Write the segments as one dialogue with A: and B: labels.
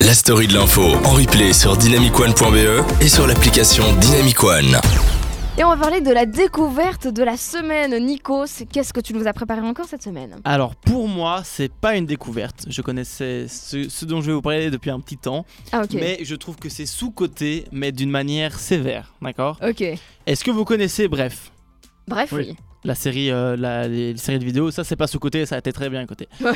A: la story de l'info en replay sur dynamicone.be E et sur l'application Dynamicone.
B: Et on va parler de la découverte de la semaine, Nikos. Qu'est-ce que tu nous as préparé encore cette semaine
C: Alors pour moi, c'est pas une découverte. Je connaissais ce, ce dont je vais vous parler depuis un petit temps,
B: Ah ok.
C: mais je trouve que c'est sous-coté, mais d'une manière sévère, d'accord
B: Ok.
C: Est-ce que vous connaissez Bref
B: Bref,
C: Oui.
B: oui.
C: la série, euh, la, les, les séries de vidéos, ça c'est pas sous-côté, ça a été très bien côté.
B: Ouais.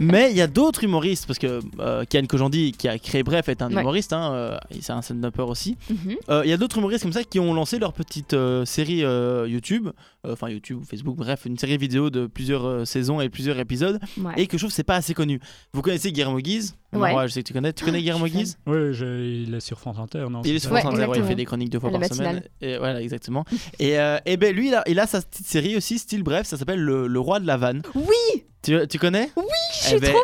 C: Mais il y a d'autres humoristes, parce que euh, Kian Kojandi, qui a créé Bref, est un
B: Ouais.
C: humoriste, hein, euh, et c'est un stand-upper aussi.
B: Mhm.
C: Euh, Il y a d'autres humoristes comme ça qui ont lancé leur petite euh, série euh, YouTube, euh, enfin YouTube ou Facebook, bref, une série vidéo de plusieurs euh, saisons et plusieurs épisodes,
B: Ouais.
C: et que je trouve que c'est pas assez connu. Vous connaissez Guillermo Guise
B: Ouais.
C: Marois, je sais que tu connais. Tu connais Guillermo
B: suis fan.
C: Guise
D: Oui, je- il est sur France Inter, non
C: il est
D: c'est
C: sur
D: ça
C: France Inter, ouais, il
B: exactement.
C: fait des chroniques deux fois
B: À la
C: par semaine.
B: matinale.
C: Et voilà, exactement. et, euh, et ben lui, il a, il a sa petite série aussi, style bref, ça s'appelle le, le Roi de la Vanne.
B: Oui,
C: Tu, tu connais Oui,
B: je
C: ben,
B: suis trop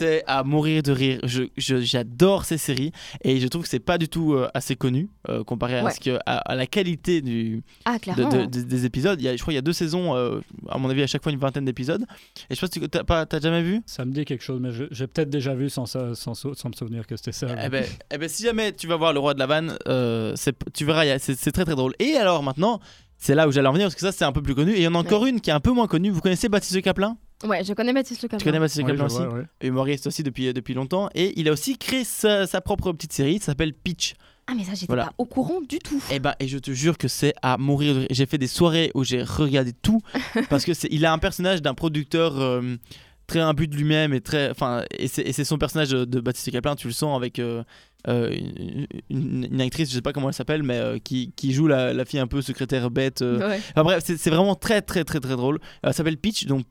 C: C'est à mourir de rire. Je- je- J'adore ces séries et je trouve que c'est pas du tout euh, assez connu euh, comparé à,
B: Ouais.
C: ce que, à, à la qualité du,
B: Ah,
C: de-
B: clairement.
C: de- de- des épisodes. Il y a, je crois qu'il y a deux saisons, euh, à mon avis, à chaque fois une vingtaine d'épisodes. Et je pense que tu t'as pas- t'as jamais vu
D: Ça me dit quelque chose, mais je- j'ai peut-être déjà vu sans, ça- sans, sou- sans me souvenir que c'était ça.
C: eh ben, eh ben, si jamais tu vas voir le roi de la vanne, euh, c'est- tu verras, il y a- c'est c'est très très drôle. Et alors maintenant, c'est là où j'allais en venir parce que ça c'est un peu plus connu. Et il y en a encore une qui est un peu moins connue. Vous connaissez Baptiste Caplin
B: Ouais, je connais Baptiste Le
C: Tu connais Baptiste
D: Oui, je
C: Caplin aussi
D: vois, oui.
C: humoriste aussi depuis, euh, depuis longtemps, et il a aussi créé sa, sa propre petite série, ça s'appelle Pitch.
B: Ah, mais ça, j'étais
C: Voilà.
B: pas au courant du tout.
C: Et ben, et je te jure que c'est à mourir. de rire. J'ai fait des soirées où j'ai regardé tout parce que c'est, il a un personnage d'un producteur. euh, très imbu de lui-même et très enfin et c'est, et c'est son personnage de, de Baptiste Caplin tu le sens avec euh, euh, une, une- une actrice je sais pas comment elle s'appelle mais euh, qui, qui joue la, la fille un peu secrétaire bête euh,
B: Ouais.
C: Enfin bref, c'est c'est vraiment très très très très drôle. Euh, ça s'appelle Pitch, donc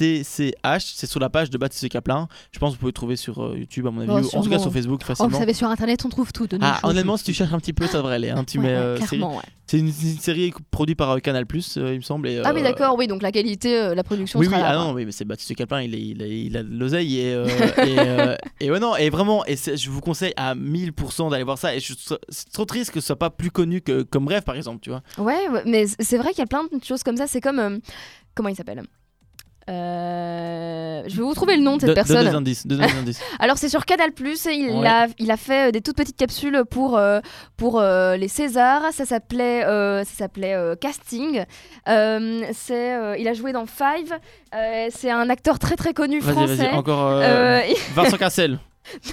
C: P-I-T-C-H. C'est sur la page de Baptiste Caplin. Je pense que vous pouvez le trouver sur euh, YouTube, à mon avis,
B: Ouais,
C: ou en tout cas
B: sûrement.
C: sur Facebook
B: Oh, vous
C: facilement.
B: savez, sur internet, on trouve tout. De nos
C: ah,
B: jours.
C: honnêtement, si tu cherches un petit peu, ça devrait aller. hein. Tu
B: Ouais,
C: mets,
B: ouais,
C: euh, série-
B: clairement, ouais.
C: C'est une, une série produite par euh, Canal, euh, il me semble. et,
B: Ah, oui,
C: euh,
B: d'accord, oui, donc la qualité, euh, la production
C: Oui, oui,
B: sera là.
C: ah
B: quoi.
C: non, oui, mais c'est Baptiste Caplin, il, est- il, est- il a de l'oseille. Et, euh, et, euh, et ouais, non, et vraiment, et c'est- je vous conseille à 1000% d'aller voir ça. Et je- c'est trop triste que ce soit pas plus connu que comme Bref, par exemple, tu vois.
B: Ouais, ouais, mais c- c'est vrai qu'il y a plein de choses comme ça. C'est comme. euh, comment il s'appelle Euh, Je vais vous trouver le nom de cette
C: Donne-
B: personne.
C: Donne des indices, donne des indices.
B: Alors c'est sur Canal Plus. Il
C: Ouais.
B: a il a fait euh, des toutes petites capsules pour euh, pour euh, les Césars. Ça s'appelait euh, ça s'appelait euh, casting. Euh, c'est euh, il a joué dans Five. Euh, c'est un acteur très très connu
C: Vas-y, vas-y,
B: français.
C: encore. euh,
B: Euh,
C: Vincent Cassel.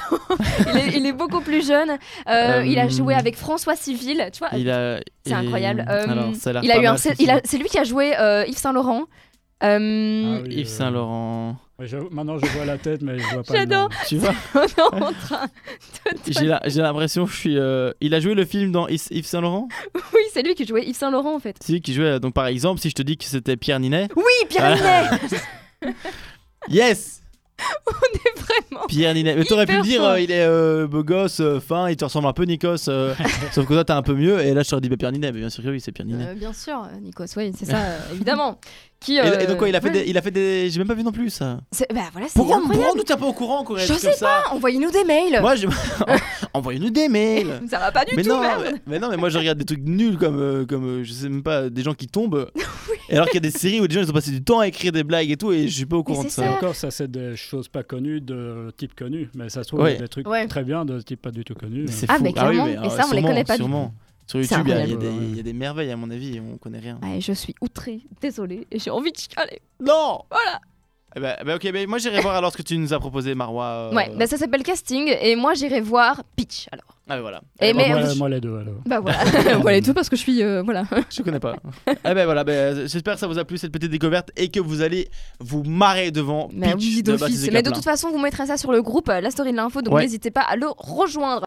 B: il, est, il est beaucoup plus jeune. Euh,
C: Euh,
B: il a joué avec François Civil. Tu vois.
C: Il a.
B: Ah, C'est incroyable.
C: il-
B: Euh,
C: alors, ça a l'air
B: il a
C: pas
B: eu un.
C: mal, ce
B: C'est il a-
C: film.
B: c'est lui qui a joué euh, Yves Saint Laurent.
D: Ah
B: Euh,
D: oui,
C: Mmh, Yves
D: euh,
C: Saint Laurent.
D: oui, je- maintenant, je vois la tête, mais je vois pas. le
B: J'adore.
D: nom.
C: Tu vois,
B: on est en train de-
C: j'ai la- j'ai l'impression que je suis. euh, Il a joué le film dans Yves Yves Saint Laurent.
B: Oui, c'est lui qui jouait Yves Saint Laurent en fait.
C: C'est lui qui jouait. euh, Donc, par exemple, si je te dis que c'était Pierre Ninet.
B: Oui, Pierre Ninet.
C: Yes.
B: Vraiment.
C: Pierre Ninet. Mais t'aurais pu
B: Hyper
C: me dire,
B: fort.
C: euh, il est euh, beau gosse, euh, fin, il te ressemble un peu Nikos. euh, sauf que toi, t'as un peu mieux. Et là, je t'aurais dit, bah, Pierre Ninet. Mais bien sûr que oui, c'est Pierre Ninet.
B: Euh, bien sûr, euh, Nikos, oui, c'est ça, euh, évidemment. Qui,
C: Mmh. Et- Et,
B: euh,
C: donc, ouais, il a fait
B: ouais.
C: des. Il a fait des... J'ai même pas vu non plus ça.
B: C'est- Bah voilà, c'est
C: Pourquoi, pourquoi on
B: incroyable.
C: nous t'as pas au courant, Corée
B: Je
C: comme
B: sais
C: ça
B: Ah, Envoyez-nous des mails.
C: Moi, je. Envoyez-nous des mails.
B: Ça va pas du
C: mais
B: tout,
C: non,
B: merde.
C: mais, mais non, mais moi je regarde des trucs nuls comme, euh, comme euh, je sais même pas, des gens qui tombent. Et alors qu'il y a des séries où des gens ils ont passé du temps à écrire des blagues et tout, et je suis pas au courant
B: c'est ça.
C: de
D: Et
C: ça.
D: encore, ça, c'est des choses pas connues, de type connu. Mais ça se trouve, il y
C: Ouais.
D: a des trucs
B: Ouais.
D: très bien, de type pas du tout connu.
C: Mais c'est
B: Ah,
C: fou.
B: mais clairement, et ça, on les
C: sûrement,
B: connaît pas du
C: sûrement. Sur
B: C'est
C: YouTube, il y a- il y, a
D: incroyable.
C: des- il y a des merveilles à mon avis, et on connaît rien.
B: Ouais, je suis outrée, désolée, et j'ai envie de chialer.
C: Non
B: Voilà.
C: Eh ben, eh ben, ok, mais moi j'irai voir alors ce que tu nous as proposé, Marois. euh,
B: Ouais, bah ça s'appelle casting, et moi j'irai voir Pitch alors.
C: Ah, ben voilà.
B: Et
C: Eh ben,
B: mais-
D: moi, moi, les deux, alors.
B: Bah voilà, voilà et tout parce que je suis. euh, voilà.
C: Je connais pas. eh ben voilà, ben, j'espère que ça vous a plu cette petite découverte et que vous allez vous marrer devant.
B: Mais Bah oui,
C: Pitch de Baptiste
B: d'office. Mais de
C: Caplin.
B: toute façon, vous mettrez ça sur le groupe, euh, la story de l'info, donc
C: Ouais.
B: n'hésitez pas à le rejoindre.